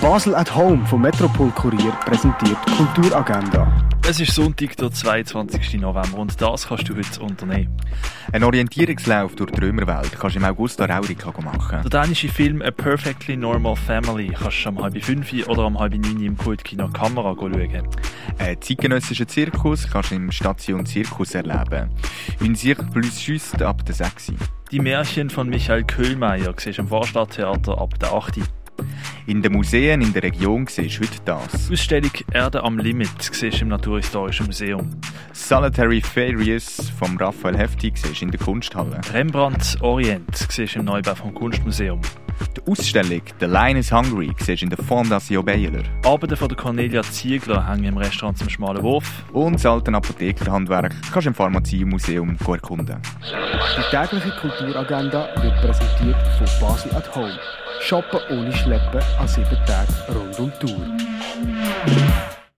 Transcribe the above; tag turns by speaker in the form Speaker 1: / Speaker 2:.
Speaker 1: Basel at Home vom Metropol Kurier präsentiert Kulturagenda.
Speaker 2: Es ist Sonntag, der 22. November und das kannst du heute unternehmen.
Speaker 3: Ein Orientierungslauf durch die Römerwelt kannst du im August an Raurica machen.
Speaker 2: Der dänische Film A Perfectly Normal Family kannst du am halb fünf oder am halb neun im Kultkino Kamera schauen.
Speaker 3: Einen zeitgenössischen Zirkus kannst du im Station Zirkus erleben. Une Cirque plus juste ab der 6. Uhr.
Speaker 2: Die Märchen von Michael Köhlmeier siehst du am Vorstadttheater ab der 8. Uhr.
Speaker 3: In den Museen in der Region siehst du heute das.
Speaker 2: Die Ausstellung Erde am Limit siehst du im Naturhistorischen Museum.
Speaker 3: Solitary Fairies vom Raphael Hefti siehst du in der Kunsthalle.
Speaker 2: Rembrandt Orient siehst du im Neubau vom Kunstmuseum.
Speaker 3: Die Ausstellung The Lion is Hungry siehst du in der Fondation Baylor.
Speaker 2: Arbeiten von der Cornelia Ziegler hängen im Restaurant zum Schmalen Wurf.
Speaker 3: Und das alte Apothekerhandwerk kannst du im Pharmaziemuseum erkunden.
Speaker 1: Die tägliche Kulturagenda wird präsentiert von Basel at Home. Shoppen ohne Schleppen an sieben Tagen rund um die Tour.